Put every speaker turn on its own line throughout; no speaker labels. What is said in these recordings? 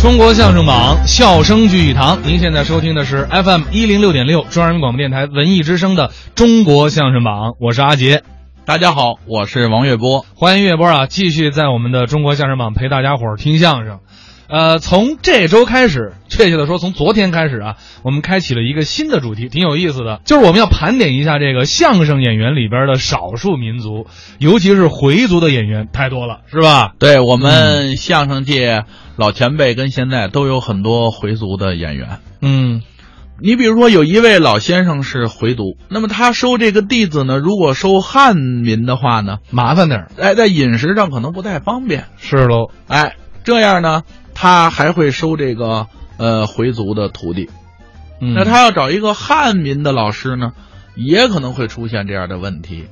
中国相声榜，笑声聚一堂。您现在收听的是 FM 一零六点六，中央人民广播电台文艺之声的《中国相声榜》，我是阿杰。
大家好，我是王月波。
欢迎月波啊，继续在我们的《中国相声榜》陪大家伙儿听相声。呃，从这周开始，确切的说，从昨天开始啊，我们开启了一个新的主题，挺有意思的，就是我们要盘点一下这个相声演员里边的少数民族，尤其是回族的演员太多了，是吧？
对我们嗯相声界老前辈跟现在都有很多回族的演员。
嗯，
你比如说，有一位老先生是回族，那么他收这个弟子呢，如果收汉民的话呢，
麻烦点儿
哎，在饮食上可能不太方便。
是喽。
哎，这样呢，他还会收这个呃回族的徒弟。
嗯、
那他要找一个汉民的老师呢，也可能会出现这样的问题。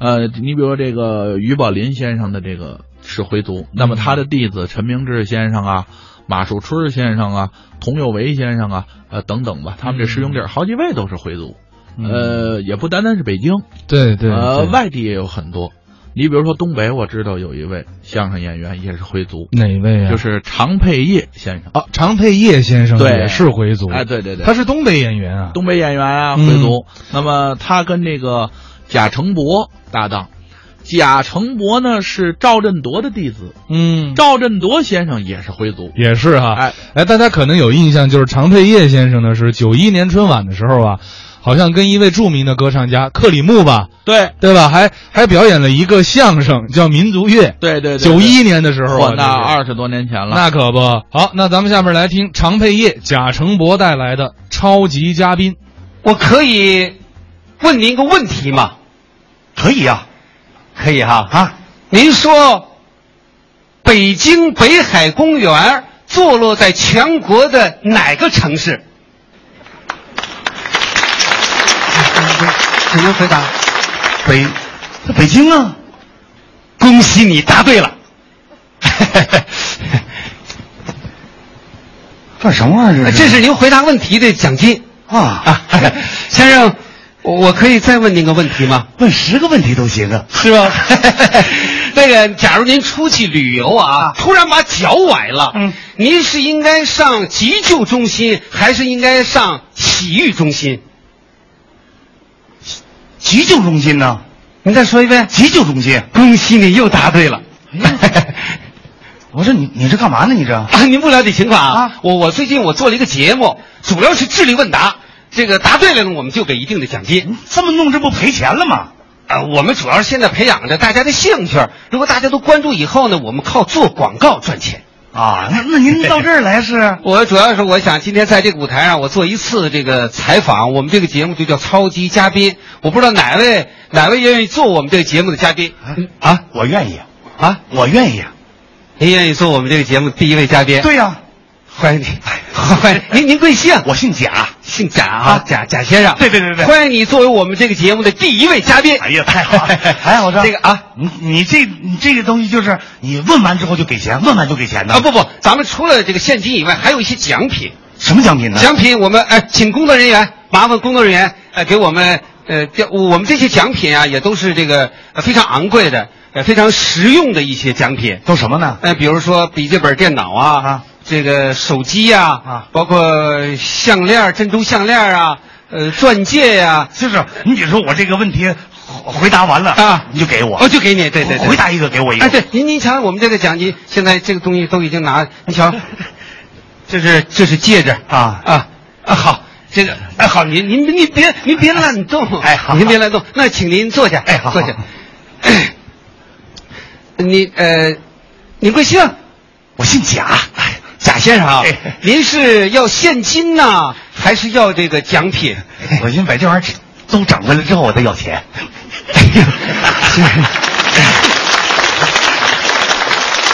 呃，你比如说这个于宝林先生的这个是回族，那
嗯
么他的弟子陈明志先生啊、马树春先生啊、佟有为先生啊，呃等等吧，他们这师
嗯
兄弟儿好几位都是回族。呃，也不单单是北京，
对嗯对
呃，
对
外地也有很多。你比如说东北，我知道有一位相声演员也是回族，
哪位啊？
就是常佩业先生。
啊，常佩业先生
对
也是回族，
哎，对对对，
他是东北演员啊。
东北演员啊，
嗯
回族。那么他跟这个贾成博搭档，贾成博呢是赵振铎的弟子，
嗯，
赵振铎先生也是回族。
也是哈。
哎，
哎，大家可能有印象，就是常佩业先生呢，是九一年春晚的时候啊，好像跟一位著名的歌唱家克里木吧，
对
对吧？还还表演了一个相声叫《民族乐
对对对，》，
九一年的时候
我
啊，
那
这是
二十多年前了。
那可不好。那咱们下面来听常佩业、贾成博带来的超级嘉宾。
我可以问您个问题吗？
可以啊，
可以哈
啊，
您说，北京北海公园坐落在全国的哪个城市？请您回答。
北北京啊，
恭喜你答对了。哎
干什么玩意儿？
哎这是您回答问题的奖金
啊，
啊， 先生，我我可以再问您个问题吗？
问十个问题都行啊。
是 吧？那个，假如您出去旅游啊，突然把脚崴了，
嗯，
您是应该上急救中心，还是应该上洗浴中心？
急救中心呢？
您再说一遍。
急救中心。哎
恭喜你又答对了。
我说你你这干嘛呢？你这
啊，您不了解情况啊！
啊
我我最近我做了一个节目，主要是智力问答，这个答对了呢，我们就给一定的奖金。
这么弄，这不赔钱了吗？
啊，我们主要是现在培养着大家的兴趣，如果大家都关注以后呢，我们靠做广告赚钱。？
啊，那那您到这儿来是
我主要是我想今天在这个舞台上，我做一次这个采访。我们这个节目就叫超级嘉宾，我不知道哪位哪位愿意做我们这个节目的嘉宾
啊，我愿意，
啊？
我愿意。
您愿意做我们这个节目第一位嘉宾？，
对呀，
欢迎你，欢迎您，您贵姓？
我姓贾。
姓贾啊
啊，
贾贾先生。
对对对对
欢迎你作为我们这个节目的第一位嘉宾。
哎呀，太 好了，太好了！
这个啊，
你你这你这个东西就是你问完之后就给钱，问完就给钱的
啊不不，咱们除了这个现金以外，还有一些奖品。
什么奖品呢？
奖品我们哎、请工作人员麻烦工作人员呃给我们呃调我们这些奖品啊也都是这个、呃非常昂贵的呃非常实用的一些奖品，
都什么呢？
呃比如说笔记本电脑啊，
啊
这个手机呀、啊，
啊
包括项链珍珠项链啊，呃钻戒呀、
就是你比如说我这个问题回答完了
啊
你就给我，
哦就给你对对对
回答一个给我一个，
哎，对，您您瞧，我们这个奖金现在这个东西都已经拿，您 瞧，这是这是戒指
啊
啊啊好，这个哎好，您您您别您别乱动，
哎好
您别乱动，那请您坐下，
哎好
坐下
好。
您呃，您贵姓？
我姓贾，哎
贾先生啊
哎，
您是要现金呢，还是要这个奖品？
我寻思把这玩意儿都整回来之后我再 要钱。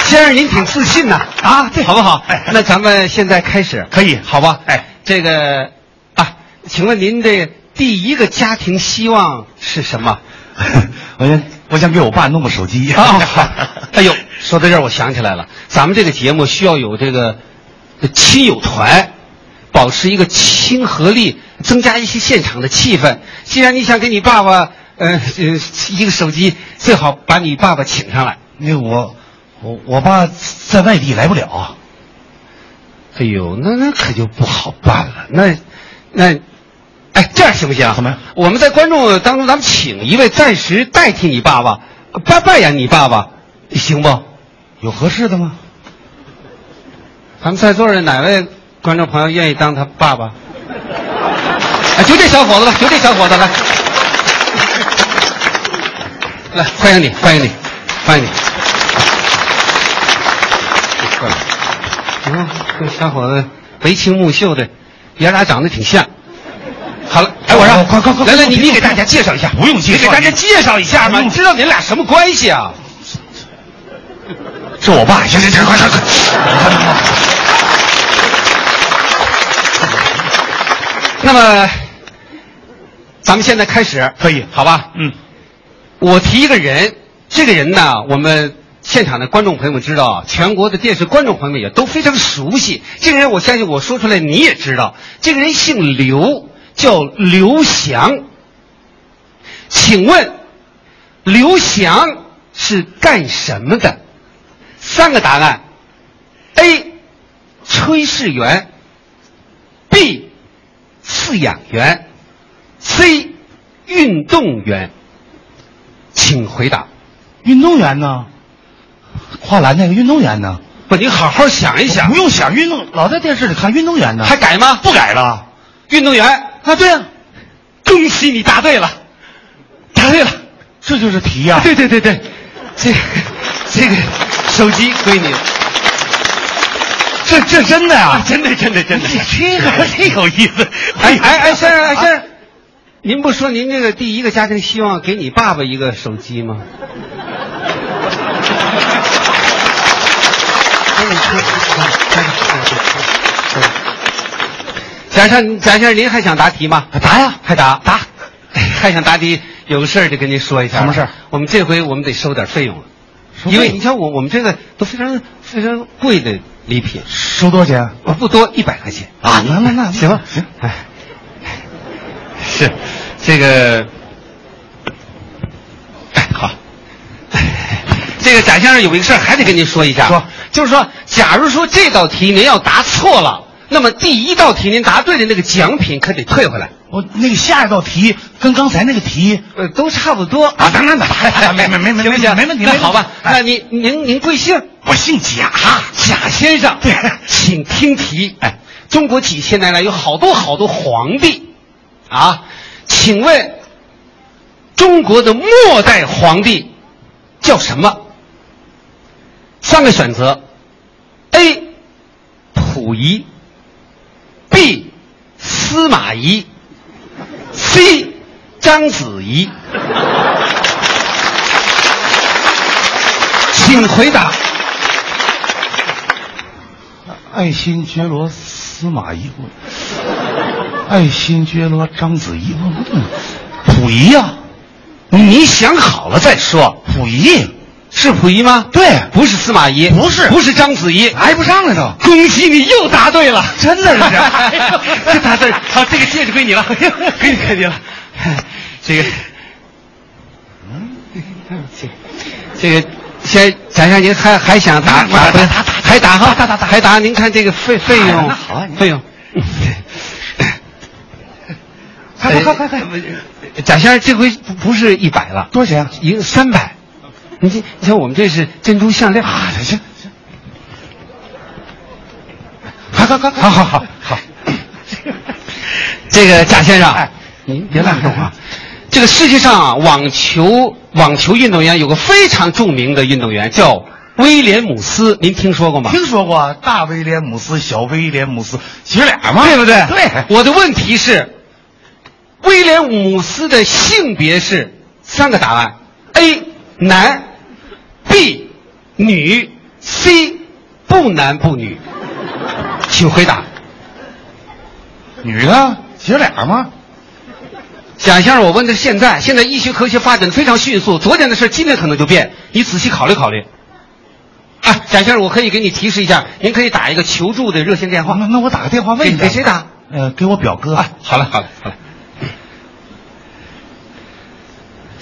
先生，您挺自信呐
啊对
好不好
哎？
那咱们现在开始，
可以
好吧？
哎，
这个啊，请问您这第一个家庭希望是什么？
我想我想给我爸弄个手机。
哦 哎呦，说到这儿，我想起来了，咱们这个节目需要有这个亲友团，保持一个亲和力，增加一些现场的气氛。既然你想给你爸爸呃呃一个手机，最好把你爸爸请上来。
啊那我我我爸在外地来不了，
哎呦，那那可就不好办了。那，那，哎，这样行不行？
怎么样？
我们在观众当中，咱们请一位暂时代替你爸爸，扮扮演你爸爸，行不？
有合适的吗？
咱们在座的哪位观众朋友愿意当他爸 爸？啊，就这小伙子吧，就这小伙子来，来欢迎你，欢迎你，欢迎你。过来，嗯，这小伙子眉清目秀的，爷俩长得挺像。好了，哎，我让
快快快
来来，你
别
你
动
给大家介绍一下，
不用介绍
你给大家
你
介绍一下嘛，
不
你
用
知道你俩什么关系啊？
是我爸，行行行，快快快！
那么，咱们现在开始，
可以，
好吧？
嗯，
我提一个人，这个人呢，我们现场的观众朋友们知道啊，全国的电视观众朋友们也都非常熟悉。这个人，我相信我说出来你也知道，这个人姓刘，叫刘翔。请问，刘翔是干什么的？三个答案：A. 炊事员，B. 饲养员，C. 运动员。请回答。
运动员呢？跨栏那个运动员呢？
不，你好好想一想
不，用想运动，老在电视里看运动员呢，
还改吗？
不改了
运动员，
啊？对啊，
恭喜你答对了，答对了。
这就是题呀、
对对对对，这这个手机归你了。
这这真的呀、啊
啊真的真的真的。
这个还真有意思。
哎哎哎，先
啊
生哎先生，您不说您这个第一个家庭希望给你爸爸一个手机吗？ 贾先生，贾先生，您还想答题吗？
答呀
还答答，还想答题，有个事儿得跟您说一下。
什么事儿？
我们这回我们得收点费用了，
收费
因为你像我我们这个都非常非常贵的礼品，
收多少钱啊？
不多一百块钱
那那那
行吧，
行，
哎，是这个，哎好，哎这个贾先生有一个事儿还得跟您说一下，
说
就是说，假如说这道题您要答错了，那么第一道题您答对的那个奖品可得退回来，
我那个下一道题跟刚才那个题
呃，都差不多
啊当然的当然的没没没没
行不行？
没问题
那
没问题
好吧，
哎
那您您您贵姓？
我姓贾，
贾先生，
对
请听题。哎，中国几千年来有好多好多皇帝，啊，请问中国的末代皇帝叫什么？三个选择：A. 溥仪，B. 司马懿，C. 章子怡。 请回答。
爱新觉罗司马懿，我爱新觉罗章子怡，我我溥仪呀、
你想好了再说。
溥仪
是溥仪吗？
对
不是司马懿，
不是
不是章子怡。
挨不上了都，
恭喜你又答对了，
真的是这样
哎呦这答对了，好，这个戒指归你了，归你归你了。这个，这这个，先贾先生，您还还想答
我
答
打打打
还答哈？
打打打
还答？您看这个费费
哎
用
那好啊，你
费用。
快快快快快，
呃贾先生，哎这回不不是一百了，
多少钱？啊
一个三百。你这，你像我们这是珍珠项链啊，
行行，快快快，好好好好，
这个贾先生，
哎
您别乱动啊！这个世界上啊，网球网球运动员有个非常著名的运动员叫威廉姆斯，您听说过吗？
听说过大威廉姆斯、小威廉姆斯，姐俩嘛，
对不对？
对，
我的问题是，威廉姆斯的性别是三个答案：A 男，B 女，C 不男不女。请回答。
女的，姐俩嘛，
贾先生，我问的是现在，现在医学科学发展的非常迅速，昨天的事儿今天可能就变，你仔细考虑考虑。啊，贾先生，我可以给你提示一下，您可以打一个求助的热线电话。
那那我打个电话问一下，
给给谁打？
呃，给我表哥。
啊，好了好了好了，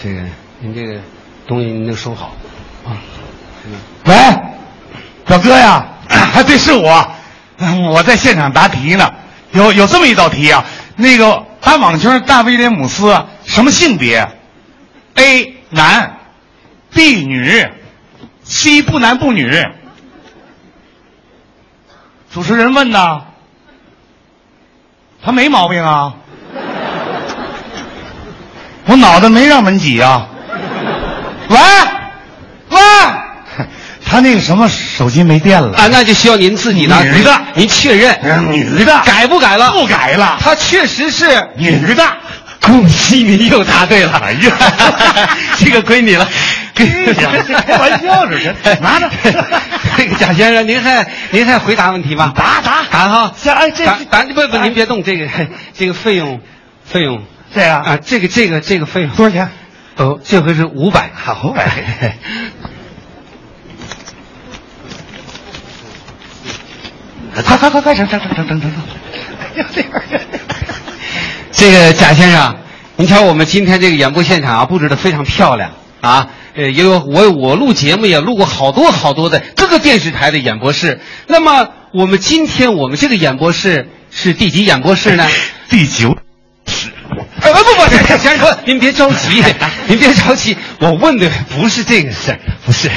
这个您这个东西您就收好啊。
啊喂，表哥呀，啊，对，是我。我在现场答题呢，有有这么一道题啊，那个打网球大威廉姆斯啊什么性别？A 男，B 女，C 不男不女。主持人问呢，他没毛病啊，我脑袋没让门挤啊。喂，喂，他那个什么手机没电了
啊，那就需要您自己拿
女的
您确认
嗯女的
改不改了？
不改了
他确实是
女的。
恭喜你又答对了，
哎呀
这个归你了。
哎呀这 开玩笑这是拿着
这个贾先生，您还您还回答问题吗？
答答
答哈。
这哎这
答
这
答不不，
哎
您别动这个这个费用，费用
这样
啊，这个这个这个费用
多少钱？
哦，这回是五百，好
500
啊
快快快快，整整整整整整整！哎呀，这边
这个贾先生，您瞧我们今天这个演播现场啊，布置的非常漂亮啊。呃，也有我我录节目也录过好多好多的各个电视台的演播室。那么我们今天我们这个演播室是第几演播室 呢？
第九，
哎，不不，贾先生，您别着 急，您别着急，我问的不是这个事儿，不是，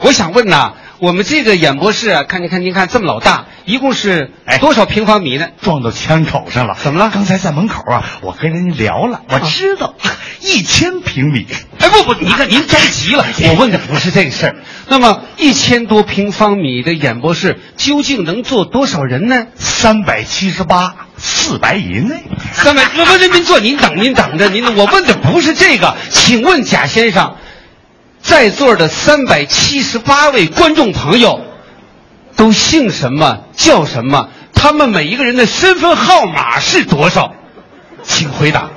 我想问呐，我们这个演播室啊，看您看您看这么老大，一共是多少平方米呢？
撞到枪口上了。
怎么了啊
刚才在门口啊，我跟人家聊了，我知道一千平米。
哎，不不，您看您着急了， 我问的不是这个事儿。那么一千多平方米的演播室究竟能坐多少人呢？
三百七十八，四百以内。
三百，不不，您您坐，您等，您等着，您我问的不是这个，请问贾先生，在座的三百七十八位观众朋友，都姓什么，叫什么？他们每一个人的身份号码是多少？请回答。